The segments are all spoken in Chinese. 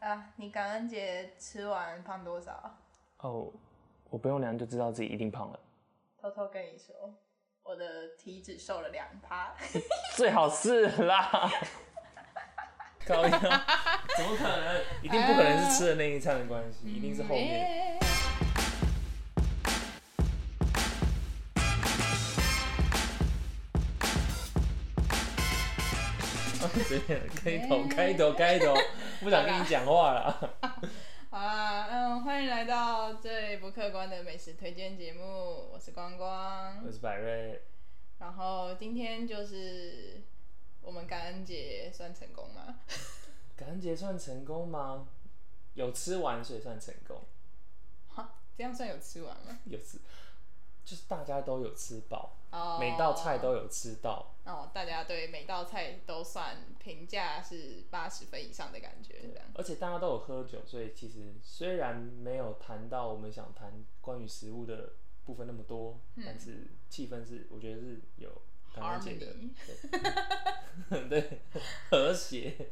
啊，你感恩节吃完胖多少？哦，我不用量就知道自己一定胖了，偷偷跟你说，我的体脂瘦了两趴。最好是 啦。高腰，怎么可能？一定不可能是吃的那一餐的关系，一定是后面。耶随便开头，开头，开头，不想跟你讲话了。 好啦，嗯，欢迎来到最不客观的美食推荐节目，我是光光我。是百瑞，然后今天就是我们感恩节算成功吗？感恩节算成功吗？有吃完所以算成功，哈，这样算有吃完吗？有吃，就是大家都有吃饱，哦，每道菜都有吃到，哦，大家对每道菜都算评价是八十分以上的感觉，这样。而且大家都有喝酒，所以其实虽然没有谈到我们想谈关于食物的部分那么多，但是气氛是我觉得是有感恩节的 Harmony，对对和谐，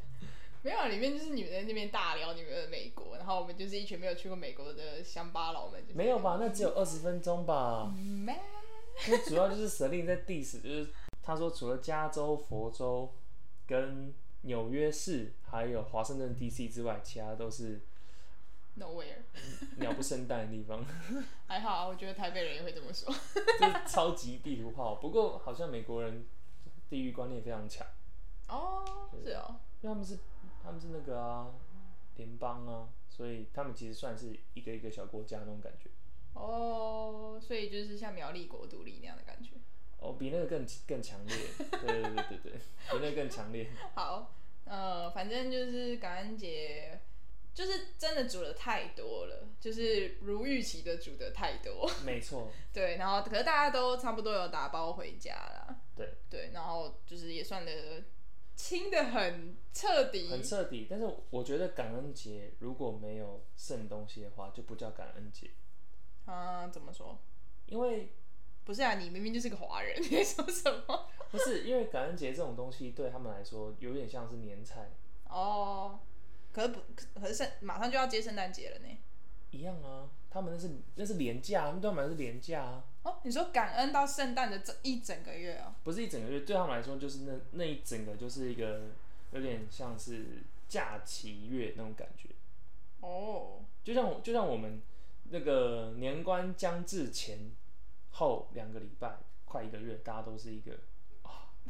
没有啊，里面就是你们在那边大聊你们的美国，然后我们就是一群没有去过美国的乡巴佬们，就是、没有吧？那只有二十分钟吧。嗯？那主要就是舍令在 diss，就是他说除了加州、佛州、跟纽约市，还有华盛顿 DC 之外，其他都是 Nowhere，鸟不生蛋的地方，还好啊，我觉得台北人也会这么 说。就是超级地图炮。不过好像美国人地域观念非常强，哦，是哦，因为他们是他们是那个啊联邦啊，所以他们其实算是一个一个小国家那种感觉。哦，所以就是像苗栗国独立那样的感觉。哦，比那个更更强烈，对对对对对，比那个更强烈。 好，呃，反正就是感恩节，就是真的煮的太多了，就是如预期的煮的太多。没错，对，然后可是大家都差不多有打包回家啦。对。对，然后就是也算的清的很彻底，很彻底。但是我觉得感恩节如果没有剩东西的话，就不叫感恩节，啊，怎么说？因为不是啊，你明明就是个华人， 你在说什么？不是因为感恩节这种东西对他们来说有点像是年菜哦，可是不，可可是圣马上就要接圣诞节了呢。一样啊，他们那是那是廉价，他们对他们来说是廉价啊，哦，你说感恩到圣诞的这一整个月哦，不是一整个月，对他们来说就是那那一整个就是一个有点像是假期月那种感觉，哦，就像我就像我们那个年关将至前后两个礼拜，快一个月，大家都是一个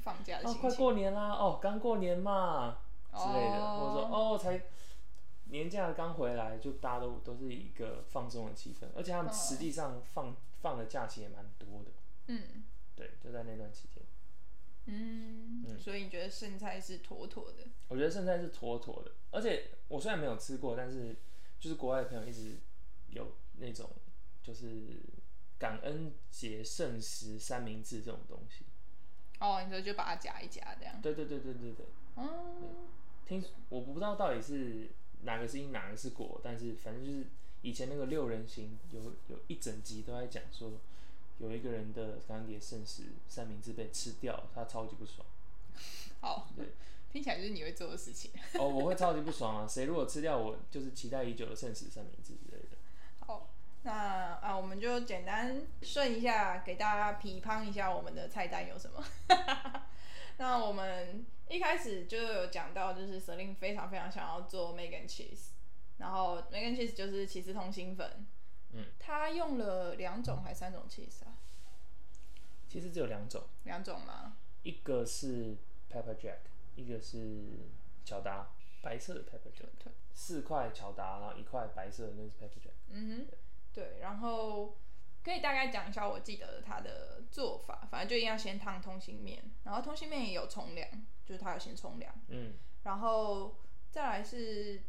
放假的哦，心快情，过年啦！哦，刚过年嘛之类的，哦或者说哦，才年假刚回来，就大家都都是一个放松的气氛，而且他们哦实际上放、放的假期也蛮多的，嗯对，就在那段期间，嗯，所以你觉得剩菜是妥妥的？我觉得现在是妥妥的，而且我虽然没有吃过，但是就是国外的朋友一直有那种就是感恩节圣食三明治这种东西，哦，你说就把它夹一夹这样，对对对对对对，嗯，听我不知道到底是哪个是因哪个是果，但是反正就是以前那个六人行有有一整集都在讲说，有一个人的感恩节圣食三明治被吃掉，他超级不爽。好对，听起来就是你会做的事情。哦，我会超级不爽啊！谁如果吃掉我就是期待已久的圣食三明治之类的，好，那啊，我们就简单顺一下，给大家批判一下我们的菜单有什么。 那我们一开始就有讲到，就是 Selin 非常非常想要做 Megan Cheese，然后 Megan Cheese 就是起司通心粉。嗯，他用了两种还是三种 cheese 啊？其实只有两种，两种吗？一个是 Pepper Jack，一个是巧达，白色的 Pepper Jack，对四块巧达，然后一块白色的那个是 Pepper Jack。嗯哼，对，然后可以大概讲一下我记得它的做法，反正就一样先烫通心面，然后通心面也有冲凉，就是它有先冲凉。嗯，然后再来是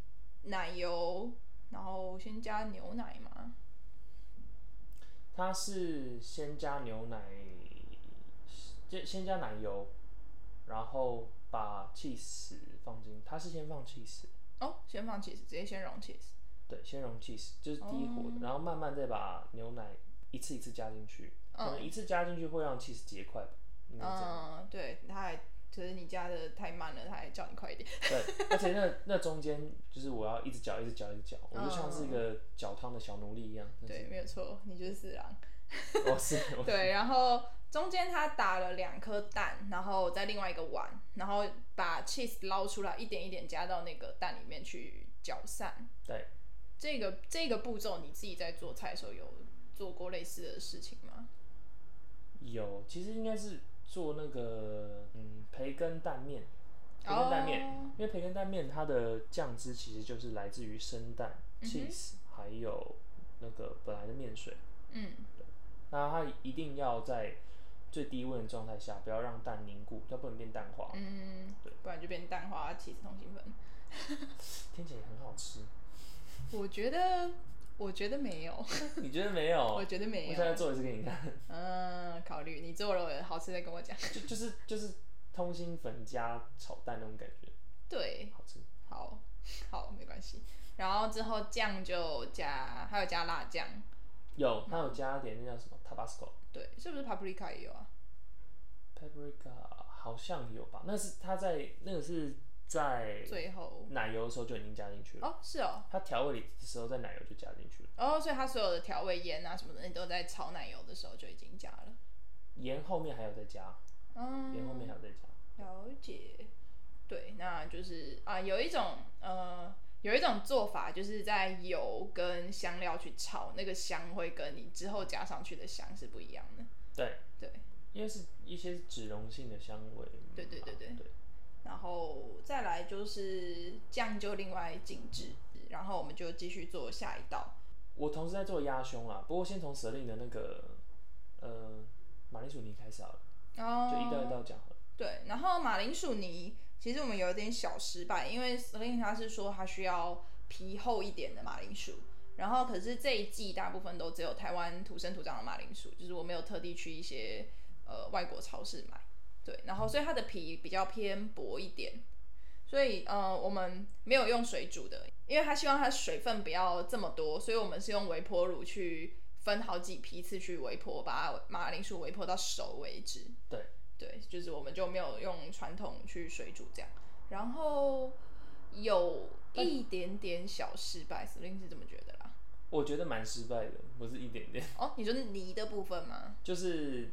奶油，然后先加牛奶嘛，它是先加牛奶，先先加奶油，然后把 cheese 放进，它是先放 cheese，哦，先放 cheese，直接先融 cheese，对，先融 cheese，就是低火的，然后慢慢再把牛奶一次一次加进去，可能一次加进去会让 cheese 结块吧，应该这样。嗯，对，它还就是你加的太慢了，他还叫你快一 点。对，而且那那中间就是我要一直搅，一直搅，一直搅，我就像是一个搅汤的小奴隶一样。那哦对，是，没有错，你就是四郎。我是 我是对，然后中间他打了两颗蛋，然后在另外一个碗，然后把 cheese 捞出来，一点一点加到那个蛋里面去搅散。对，这个这个步骤你自己在做菜的时候有做过类似的事情吗？有，其实应该是做那个嗯培根蛋面，培根蛋面哦因为培根蛋面它的酱汁其实就是来自于生蛋、嗯哼 cheese 还有那个本来的面水，嗯，那它一定要在最低温的状态下，不要让蛋凝固，它不能变蛋黄，嗯，不然就变蛋花起司通心粉。听起来很好吃。 我觉得，我觉得没有，你觉得没有？我我觉得没现在有。做一次给你看，嗯，考虑你做了好吃再跟我讲。 就就是就是通心粉加炒蛋那种感觉，对，好吃。好，好，没关系。然后之后酱就加，还有加辣酱，有，它有加点那叫什么 Tabasco。对，是不是 paprika 也有啊？ Paprika 好像有吧？那是它在那个是在最后奶油的时候就已经加进去了，哦，是哦，它调味的时候在奶油就加进去了，哦，所以它所有的调味盐啊什么的，你都在炒奶油的时候就已经加了。盐后面还有再加，盐后嗯，面还有再加。了解。对，那就是啊、有一种呃，有一种做法就是在油跟香料去炒，那个香会跟你之后加上去的香是不一样的。对对，因为是一些脂溶性的香味嘛。对对对对对然后再来就是酱就另外静置，然后我们就继续做下一道。我同时在做鸭胸啊啦，不过先从蛇令的那个呃马铃薯泥开始好了，哦就一道一道讲好了。对，然后马铃薯泥其实我们有一点小失败，因为 Celine 他是说他需要皮厚一点的马铃薯，然后可是这一季大部分都只有台湾土生土长的马铃薯，就是我没有特地去一些呃外国超市买，对，然后所以它的皮比较偏薄一点，所以呃我们没有用水煮的，因为他希望它水分不要这么多，所以我们是用微波炉去分好几批次去微波，把马铃薯微波到熟为止。对，对，就是我们就没有用传统去水煮这样，然后有一点点小失败，司令是这么觉得啦。我觉得蛮失败的，不是一点 点，哦，你说泥的部分吗？就是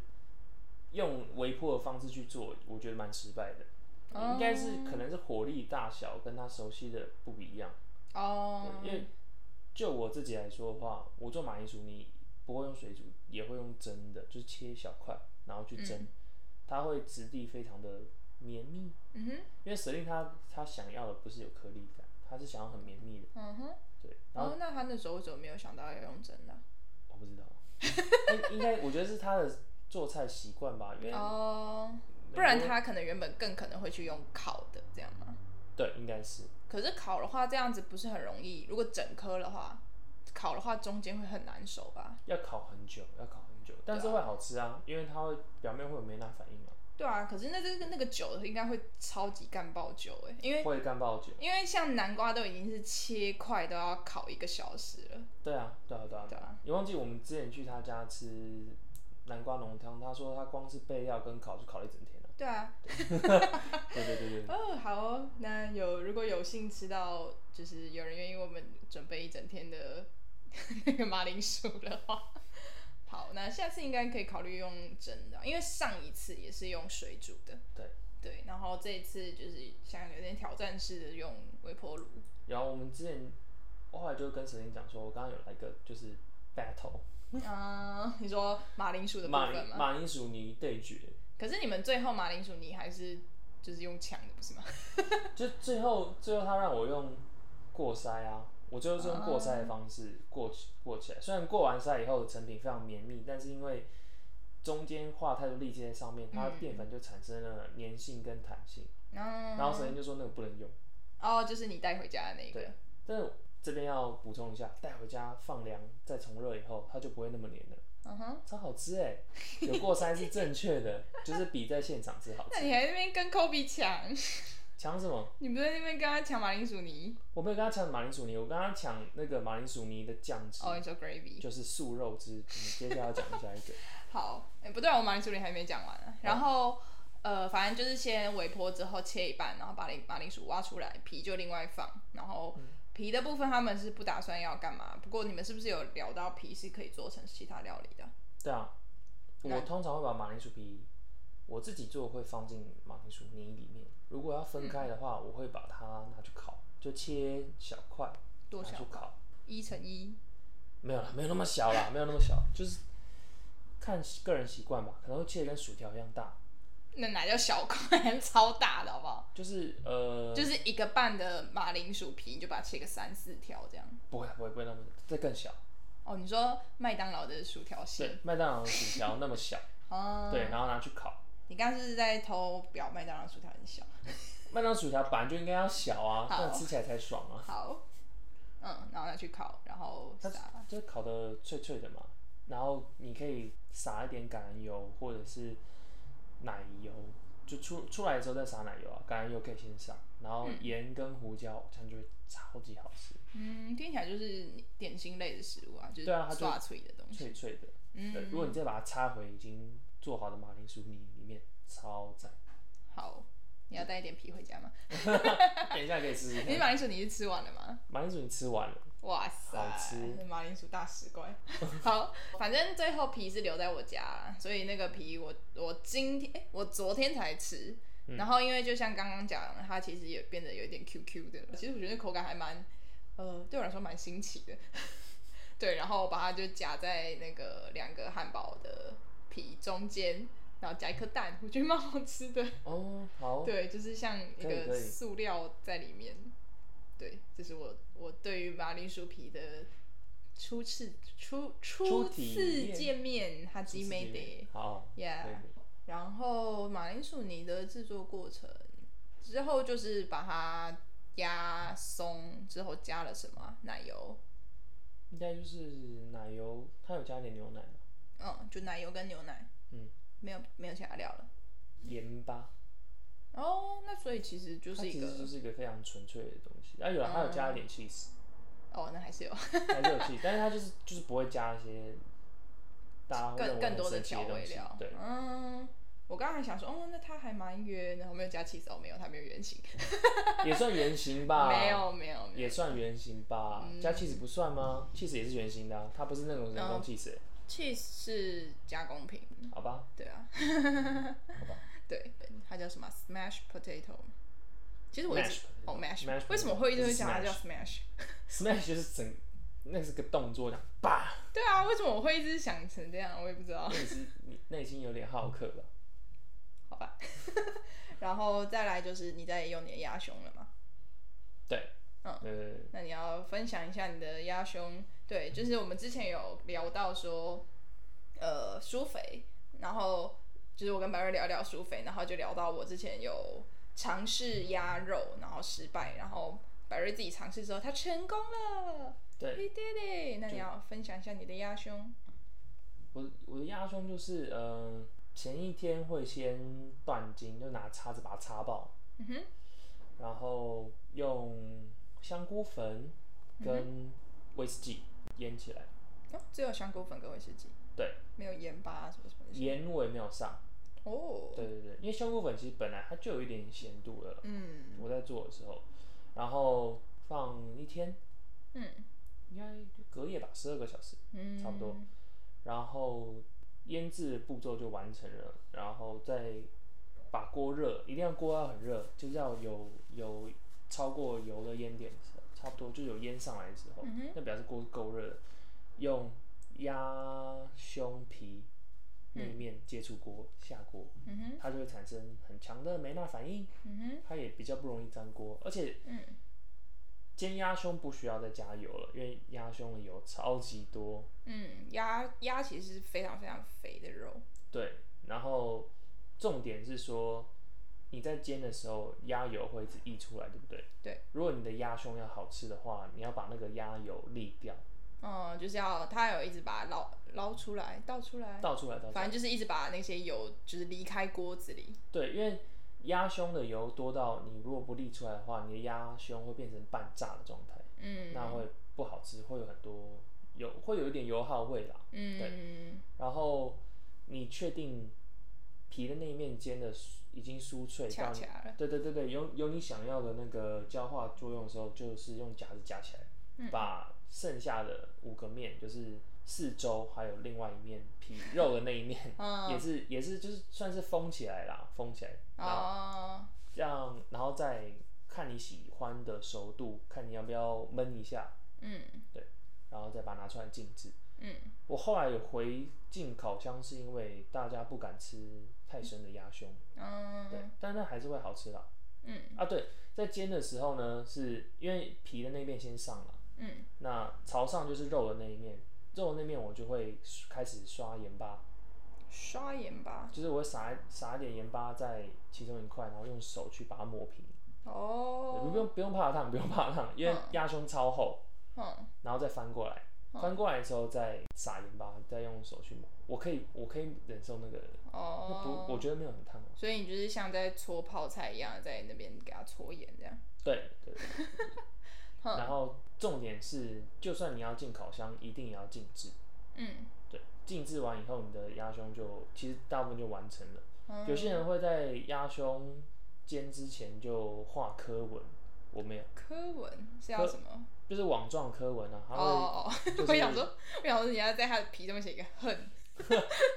用微波的方式去做，我觉得蛮失败的。哦应该是可能是火力大小跟他熟悉的不一样，哦，因为就我自己来说的话，我做马铃薯泥不会用水煮，也会用蒸的，就是切小块然后去蒸，它会质地非常的绵密。嗯哼，因为舍令它它想要的不是有颗粒感，它是想要很绵密的。嗯哼，对，然后哦，那他那时候怎么没有想到要用蒸的啊？我不知道，应应该我觉得是他的做菜习惯吧，因为哦，不美然国他可能原本更可能会去用烤的，这样吗？对应该是可是烤的话，这样子不是很容易。如果整颗的话，烤的话中间会很难熟吧？要烤很久，要烤很久，但是会好吃啊，因为它会表面会有梅纳反应嘛，对啊，可是那这个那个酒应该会超级干爆酒哎、因为会干爆久。因为像南瓜都已经是切块都要烤一个小时了。对啊，对啊，对啊，对啊。你忘记我们之前去他家吃南瓜浓汤，他说他光是备料跟烤就烤了一整 天了、对啊，对对对对，哦，好哦，那有如果有幸吃到，就是有人愿意为我们准备一整天的 那个马铃薯的话， 好，那下次应该可以考虑用蒸的，因为上一次也是用水煮的。对对，然后这一次就是想有点挑战式的用微波 炉。然后我们之前我后来就跟沈婷讲说，我刚刚有来一个就是 battle 嗯，你说马铃薯的部马分铃吗？马铃薯泥对决，可是你们最后马铃薯泥还是就是用抢的，不是吗？就最后最后他让我用过筛啊，我最后是用过哦筛的方式过起过起来，虽然过完筛以后的成品非常绵密，但是因为中间画太多力气在上面，它嗯淀粉就产生了粘性跟弹性，嗯，然后沈婷就说那个不能用。哦，就是你带回家的那个对。但是这边要补充一下，带回家放凉再重热以后，它就不会那么黏了，嗯哼。超好吃哎、有过筛是正确的，就是比在现场吃好 那吃。你还在那边跟 Kobe 抢， 抢什么？你不是在那边跟他抢马铃薯泥？我没有跟他抢马铃薯泥，我跟他抢那个马铃薯泥的酱汁，哦，你说 gravy。就是素嗯 肉汁。我们接下来要讲下一个，欸好，哎、不对啊，我马铃薯泥还没讲完啊。然后，呃，反正就是先微波之后切一半，然后把铃马铃薯挖出来，皮就另外放。然后嗯皮的部分他们是不打算要干嘛，不过你们是不是有聊到皮是可以做成其他料理的？对啊，那我通常会把马铃薯皮，我自己做会放进马铃薯泥里面。如果要分开的话，我会把它拿去烤，就切小块，多拿小去烤。一乘一，没有啦，没有那么小啦，没有那么小，就是看个人习惯吧，可能会切得跟薯条一样大，那哪叫小块？ 超大的好不好？就是呃，就是一个半的马铃薯皮，你就把它切个三四条这样。不会不会不会那么，这更小。哦，你说麦当劳的薯条馅？对，麦当劳的薯条那么小，哦，对，然后拿去烤。你刚刚是不是在偷表麦当劳薯条很小。麦当劳薯条本来就应该要小啊，好这样吃起来才爽啊。好，嗯，然后拿去烤，然后它撒就是烤的脆脆的嘛，然后你可以撒一点橄榄油或者是奶油，就出出来的时候再撒奶油啊，橄榄油可以先撒，然后盐跟胡椒，这样就会超级好吃，嗯，听起来就是点心类的食物啊，就是对啊它就刷脆的东西。脆脆的。对，嗯，如果你再把它插回已经做好的马铃薯泥里面，超 赞。好，你要带一点皮回家吗？等一下可以试试你看。马铃薯你是吃完了吗？马铃薯你吃完了，哇塞，好吃马铃薯大食怪。 好，反正最后皮是留在我家啦，所以那个皮我我今天、诶我昨天才吃。嗯然后，因为就像刚刚讲的，它其实也变得有一点 QQ 的了。其实我觉得口感还蛮，呃，对我来说蛮新奇的。 对，然后我把它就夹在那个两个汉堡的皮中间，然后夹一颗蛋，我觉得蛮好吃的。哦，好，对，就是像一可以个可以塑料在里面。对，这是我我对于马铃薯皮的初次初初初体次验见面，哈基梅得。好，可以 Yeah，可以然后马铃薯泥的制作过程之后，就是把它压松之后加了什么啊奶油，应该就是奶油，它有加一点牛奶嘛，嗯，就奶油跟牛奶，嗯，没有没有其他料了。盐巴，哦，那所以其实就它是一其个实就是一个非常纯粹的东西。啊，有啊，它有加一点 cheese，哦，那还是有还是有 cheese，但是它就是就是不会加一些大家会认更为更多很的神奇调东味西料。对，嗯，我刚才想说，哦，那它还蛮圆，然后没有加起司，哦，没有，它没有圆形，也算圆形吧， 没，有嗯没有没有啊也算圆形吧。加 cheese 不算吗？cheese 也是圆形的啊，它不是那种哦人工 cheese，欸，cheese 是加工品，好吧？对啊， 对，它叫什么啊 smash potato，其实我一直 Mash 哦 mash， Mash 为什么会一直 potato，会讲它是叫 smash？ smash 就是整，那是个动作，这样吧，对啊，为什么我会一直想成这样？我也不知道那。你是你内心有点好客吧？好吧。然后再来就是你在用你的鸭胸了嘛？对，嗯呃，那你要分享一下你的鸭胸，对，就是我们之前有聊到说，呃，舒肥，然后就是我跟白瑞聊聊舒肥，然后就聊到我之前有尝试鸭肉，然后失败，然后白瑞自己尝试之后他成功了对， ，He did it。那你就要分享一下你的鸭胸，我我的压胸就是，呃，前一天会先断筋，就拿叉子把它叉爆，嗯哼，然后用香菇粉嗯跟威士忌腌起来，哦，只有香菇粉跟威士忌，对，没有盐巴什么什么的，盐我也没有上，哦，对对对，因为香菇粉其实本来它就有一点咸度了，嗯我在做的时候，然后放一天，嗯应该隔夜吧，十二个小时。嗯，差不多，然后腌制的步骤就完成了，然后再把锅热，一定要锅要很热，就是要有有超过油的烟点的时候，差不多就有烟上来的时候，嗯哼那表示锅是够热的。用鸭胸皮那一面接触锅下锅，嗯哼，它就会产生很强的梅纳反应，嗯哼，它也比较不容易粘锅，而且嗯。煎鸭胸不需要再加油了，因为鸭胸的油超级多，嗯，鸭鸭其实是非常非常肥的肉，对，然后重点是说你在煎的时候，鸭油会一直溢出来，对不对？对。如果你的鸭胸要好吃的话，你要把那个鸭油沥掉，嗯，就是要它有一直把它捞捞出来、倒出来，倒出来，倒出反来。正就是一直把那些油就是离开锅子里。对，因为鸭胸的油多到你如果不沥出来的话，你的鸭胸会变成半炸的状态，嗯那会不好吃，会有很多油，会有一点油耗味啦。嗯然后你确定皮的那一面煎的已经酥脆恰到你，恰了，对对对对，有有你想要的那个焦化作用的时候，就是用夹子夹起来，嗯把剩下的五个面，就是四周还有另外一面皮肉的那一面，也 嗯，是也是就是算是封起来啦，封起来，然后哦，让然后再看你喜欢的熟度，看你要不要焖一下，嗯然后再把它拿出来静置。嗯，我后来有回进烤箱，是因为大家不敢吃太生的鸭胸，对嗯，，但那还是会好吃啦。嗯啊，对，在煎的时候呢，是因为皮的那边先上了，嗯，那朝上就是肉的那一面，肉的那面我就会开始刷盐巴，刷盐吧，就是我会撒一撒一点盐巴在其中一块，然后用手去把它磨平。哦，不用不用怕烫，不用怕烫，因为鸭胸超厚，嗯，然后再翻过来，翻过来的时候再撒盐巴，再用手去磨。我可以我可以忍受那个，那不哦，我觉得没有很烫。啊所以你就是像在搓泡菜一样，在那边给它搓盐这样，对对。 对然后重点是，就算你要进烤箱，一定也要静置。嗯，对，静置完以后，你的鸭胸就其实大部分就完成了。嗯有些人会在鸭胸煎之前就画科纹，我没有，科文是要什么？就是网状科纹啊，它哦会哦，就哦是我想 说，我想说你要在它的皮上面写一个恨，是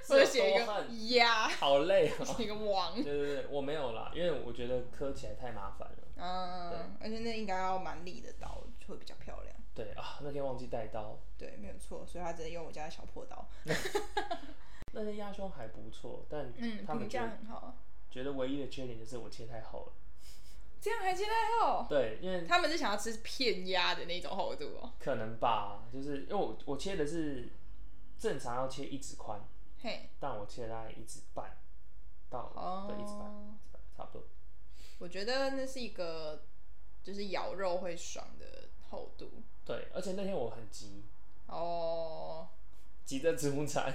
或有者写一多个恨呀，哦 好累哦。写一个王，对对对，我没有啦，因为我觉得磕起来太麻烦了。嗯，而且那应该要蛮利的刀，会比较漂亮。对啊，那天忘记带刀，对，没有错，所以他只能用我家的小破刀。那些鸭胸还不错，但嗯，他们评觉价得很好啊。觉得唯一的缺点就是我切太厚了。这样还接待厚？对，因为他们是想要吃片鸭的那种厚度哦。可能吧，就是因为我我切的是正常要切一指宽，嘿，但我切了大概一指半到哦对一指半，一指半差不多。我觉得那是一个就是咬肉会爽的厚度对，而且那天我很急，哦。急着吃午餐。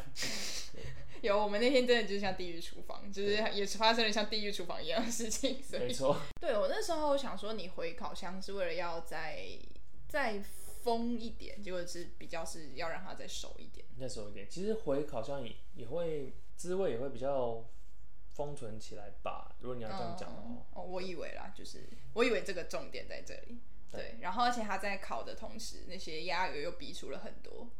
有，我们那天真的就是像地狱厨房，就是也是发生了像地狱厨房一样的事情。所没以，错，对我那时候想说，你回烤箱是为了要再再封一点，结果是比较是要让它再熟一点。那时候有点，其实回烤箱也也会滋味也会比较封存起来吧，如果你要这样讲的话。哦，我以为啦，就是我以为这个重点在这里。对，然后而且它在烤的同时，那些鸭油又逼出了很多。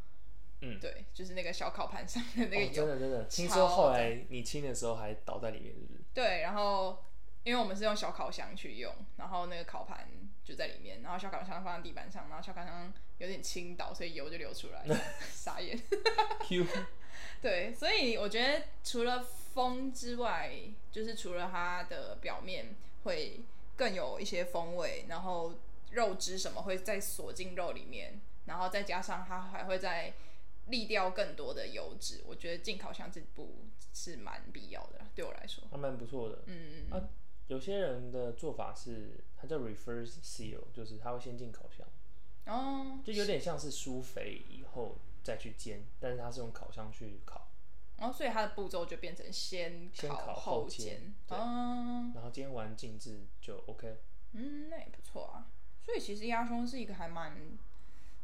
嗯对，就是那个小烤盘上的那哦个油。真的真的，听超说后来你亲的时候还倒在里面，是 不是？对，然后因为我们是用小烤箱去用，然后那个烤盘就在里面，然后小烤箱放在地板上，然后小烤箱有点倾倒，所以油就流出 来，傻眼。 Q 对，所以我觉得除了风之外，就是除了它的表面会更有一些风味，然后肉汁什么会再锁进肉里面，然后再加上它还会再沥掉更多的油脂，我觉得进烤箱这步是蛮必要的啦，对我来说，还蛮不错的。嗯，啊有些人的做法是，它叫 reverse seal，就是他会先进烤箱，哦，就有点像是疏肥以后再去煎，但是它是用烤箱去烤，然后所以它的步骤就变成先先烤后后煎对哦，然后煎完静置就 OK。嗯，那也不错啊。所以其实鸭胸是一个还蛮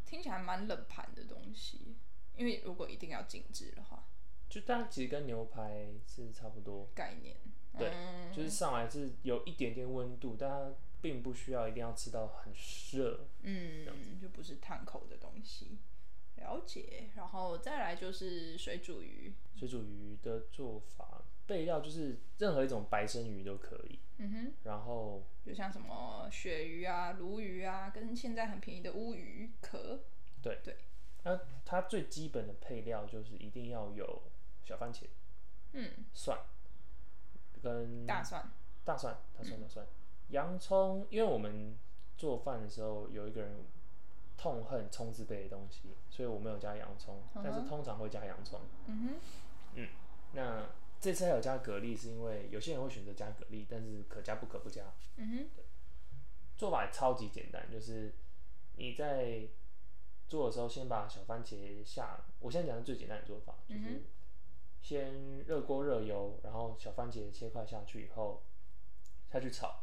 听起来蛮冷盘的东西，因为如果一定要静置的话，就它其实跟牛排是差不多，概念对嗯、就是上来是有一点点温度，但它并不需要一定要吃到很热。嗯，就不是烫口的东西。了解，然后再来就是水煮鱼，水煮鱼的做法，备料就是任何一种白生鱼都可以。嗯哼，然后就像什么鳕鱼啊、鲈鱼啊，跟现在很便宜的乌鱼壳，它它最基本的配料就是一定要有小番茄、嗯，蒜跟大蒜，大蒜、大蒜、大蒜、洋葱。因为我们做饭的时候有一个人痛恨葱字辈的东西，所以我没有加洋葱，但是通常会加洋葱。嗯哼。那这次还有加蛤蜊，是因为有些人会选择加蛤蜊，但是可加不可不加。嗯哼，做法超级简单，就是你在做的时候，先把小番茄下。我现在讲的最简单的做法，就嗯是先热锅热油，然后小番茄切块下去以后，下去炒，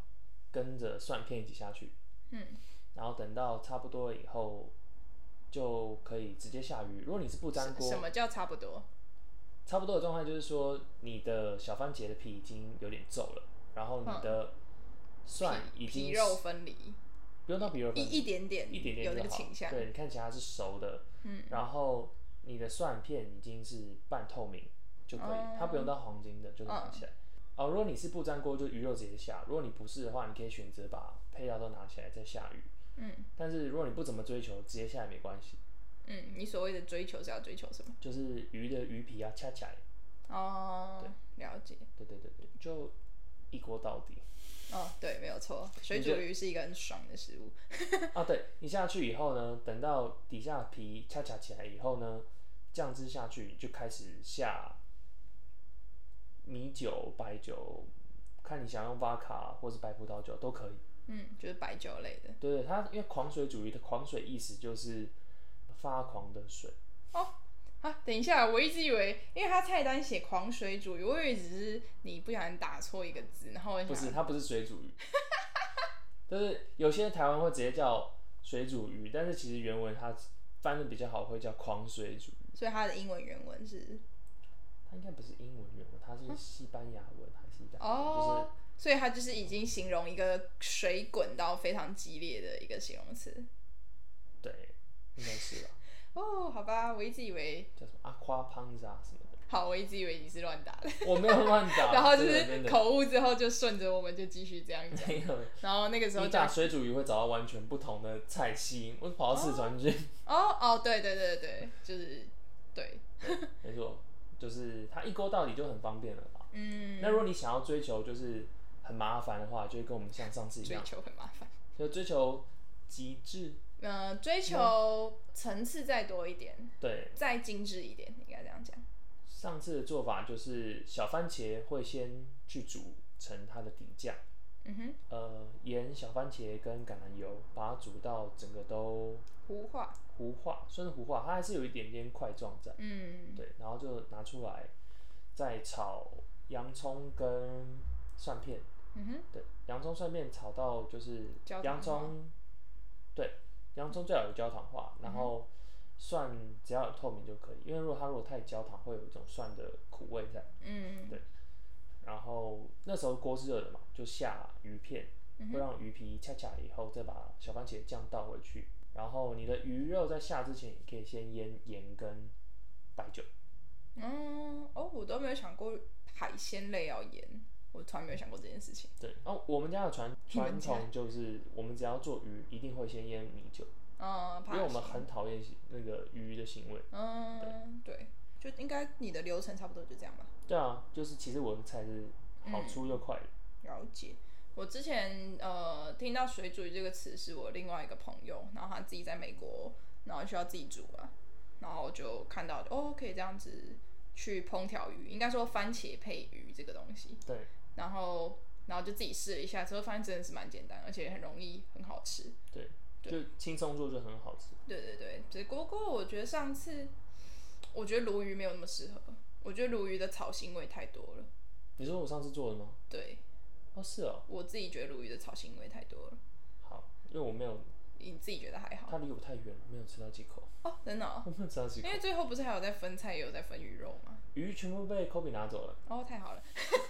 跟着蒜片一起下去，嗯，然后等到差不多以后，就可以直接下鱼。如果你是不粘什什锅，么叫差不多？差不多的状态就是说，你的小番茄的皮已经有点皱了，然后你的蒜已嗯经皮肉分离，不用到皮肉一分一点点，一点点有就那个好倾向，对，你看起来它是熟的，嗯，然后你的蒜片已经是半透明就可以，哦它不用到黄金的就可以拿起来。哦，如果你是不粘锅，就鱼肉直接下；如果你不是的话，你可以选择把配料都拿起来再下鱼。嗯但是如果你不怎么追求，直接下也没关系，嗯，你所谓的追求是要追求什么？就是鱼的鱼皮啊掐起来。哦，了解，对对对对，就一锅到底。哦，对，没有错，水煮鱼是一个很爽的食物，啊，对，你下去以后呢，等到底下皮恰恰起来以后呢，酱汁下去就开始下米酒、白酒，看你想用 vodka 或是白葡萄酒都可以。嗯，就是白酒类的，对对，它因为狂水主义的狂水意思就是发狂的水，啊，等一下，我一直以为，因为他菜单写狂水煮鱼，我以为只是你不小心打错一个字，然后我就不想是它不是水煮鱼， 就是有些台湾会直接叫水煮鱼，但是其实原文它翻的比较好会叫狂水煮鱼，所以它的英文原文是它应该不是英文原文，它是西班牙文还是意大利文，就是哦，所以它就是已经形容一个水滚到非常激烈的一个形容词。对，应该是吧？哦，好吧，我一直以为，叫什么 aqua panza 啊什么的，好，我一直以为你是乱打的，我没有乱 打。然后就真的真是的口误之后就顺着我们就继续这样讲，没有。然后那个时候你就打水煮鱼会找到完全不同的菜系，我跑到四川去，哦哦，对对对对，就是对，没错，就是它一锅到底就很方便了吧？嗯，那如果你想要追求就是很麻烦的话，就会跟我们像上次一追样，求很麻烦，就追求极致，呃，嗯追求层次再多一点，对。再精致一点，应该这样讲。上次的做法就是小番茄会先去煮成它的底酱，嗯哼，呃，盐、小番茄跟橄榄油，把它煮到整个都糊化，糊化，算是糊化，它还是有一点点块状在。嗯，对，然后就拿出来，再炒洋葱跟蒜片。嗯哼，对，洋葱蒜片炒到就是焦洋糖化葱，对，洋葱最好有焦糖化，然嗯后蒜只要有透明就可以，因为如果它如果太焦糖，会有一种蒜的苦味在。嗯，对然后那时候锅是热的嘛，就下鱼片，嗯会让鱼皮恰恰以后，再把小番茄酱倒回去。然后你的鱼肉在下之前，你可以先腌盐跟白酒。嗯，哦，我都没有想过海鲜类要盐，我从来没有想过这件事情。对，哦，我们家的传你们传家统就是，我们只要做鱼，一定会先腌米酒，嗯，因怕为我们腥很讨厌那个鱼的腥味。嗯，对，就应该你的流程差不多就这样吧。对啊，就是其实我的菜是好粗又快的。了解。我之前呃听到水煮鱼这个词是我另外一个朋友，然后他自己在美国，然后需要自己煮啊，然后就看到哦可以这样子去烹调鱼，应该说番茄配鱼这个东西，对，然后然后就自己试了一下之后，发现真的是蛮简单，而且很容易很好吃。嗯就轻松做就很好吃。对对对，只不过我觉得上次我觉得鲈鱼没有那么适合，我觉得鲈鱼的草腥味太多了，你说我上次做的吗？对哦，是哦，我自己觉得鲈鱼的草腥味太多了，好，因为我没有，你自己觉得还好吗？它离我太远了，没有吃到几口，哦，真的、哦， 我没有吃到几口因，为最后不是还有在分菜，也有在分鱼肉吗？鱼全部被 Kobe 拿走了。哦，太好了，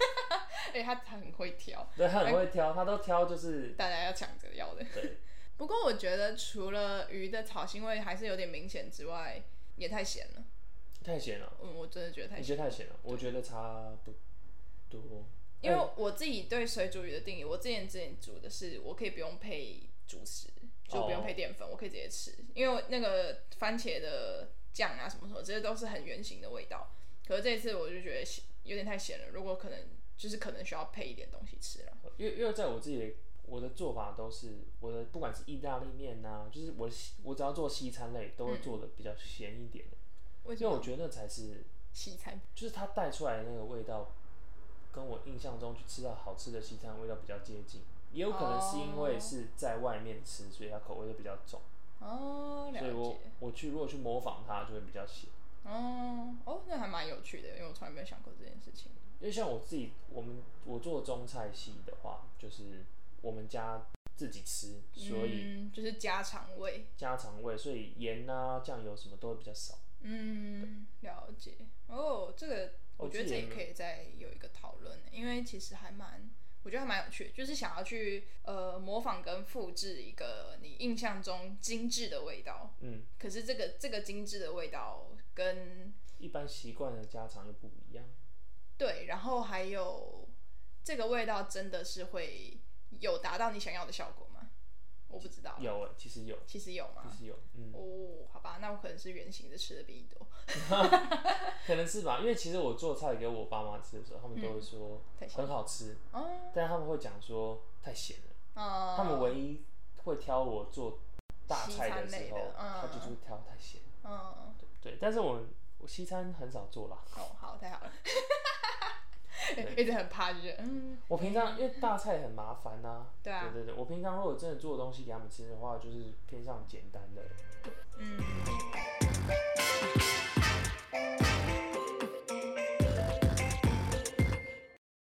而且他很会挑，对，他很会挑，他都挑就是大家要抢着要的。对，不过我觉得除了鱼的草腥味还是有点明显之外，也太咸了。太咸了，嗯，我真的觉得太你咸，觉得太咸了？我觉得差不多，因为我自己对水煮鱼的定义，我之前之前煮的是我可以不用配主食，就不用哦配淀粉，我可以直接吃，因为那个番茄的酱啊什么什么，这些都是很原型的味道。可是这一次我就觉得咸有点太咸了，如果可能就是可能需要配一点东西吃了。因为因为在我自己的我的做法都是我的不管是意大利面呐、就是我的西我只要做西餐类都会做的比较咸一点，为什因为我么觉得那才是西餐？就是它带出来的那个味道，跟我印象中去吃到好吃的西餐的味道比较接近。也有可能是因为哦是在外面吃，所以它口味就比较重，哦，了所以我解。我去如果去模仿它就会比较咸。哦哦，那还蛮有趣的，因为我从来没有想过这件事情。因为像我自己，我们我做中菜系的话，就是我们家自己吃，所以嗯、就是家常味。家常味，所以盐啊、酱油什么都会比较少。嗯，了解。哦，这个我觉得自这己也也可以再有一个讨论，因为其实还蛮，我觉得还蛮有趣的，就是想要去呃模仿跟复制一个你印象中精致的味道，嗯，可是这个这个精致的味道跟一般习惯的家常又不一样。对，然后还有这个味道真的是会有达到你想要的效果吗？我不知道，有哎、其实有，其实有其吗？实有，嗯，哦，好吧，那我可能是圆形的吃的比你多。可能是吧，因为其实我做菜给我爸妈吃的时候，他们都会说嗯太咸很好吃，哦，但他们会讲说太咸了。嗯，他们唯一会挑我做大菜的西餐类时候的，嗯他就是会挑太咸。嗯，哦，对，但是我们我西餐很少做啦。好，太好了， 一直很怕，就是嗯，我平常因为大菜很麻烦呐、对啊对对对，我平常如果真的做东西给他们吃的话，就是偏向简单的。嗯。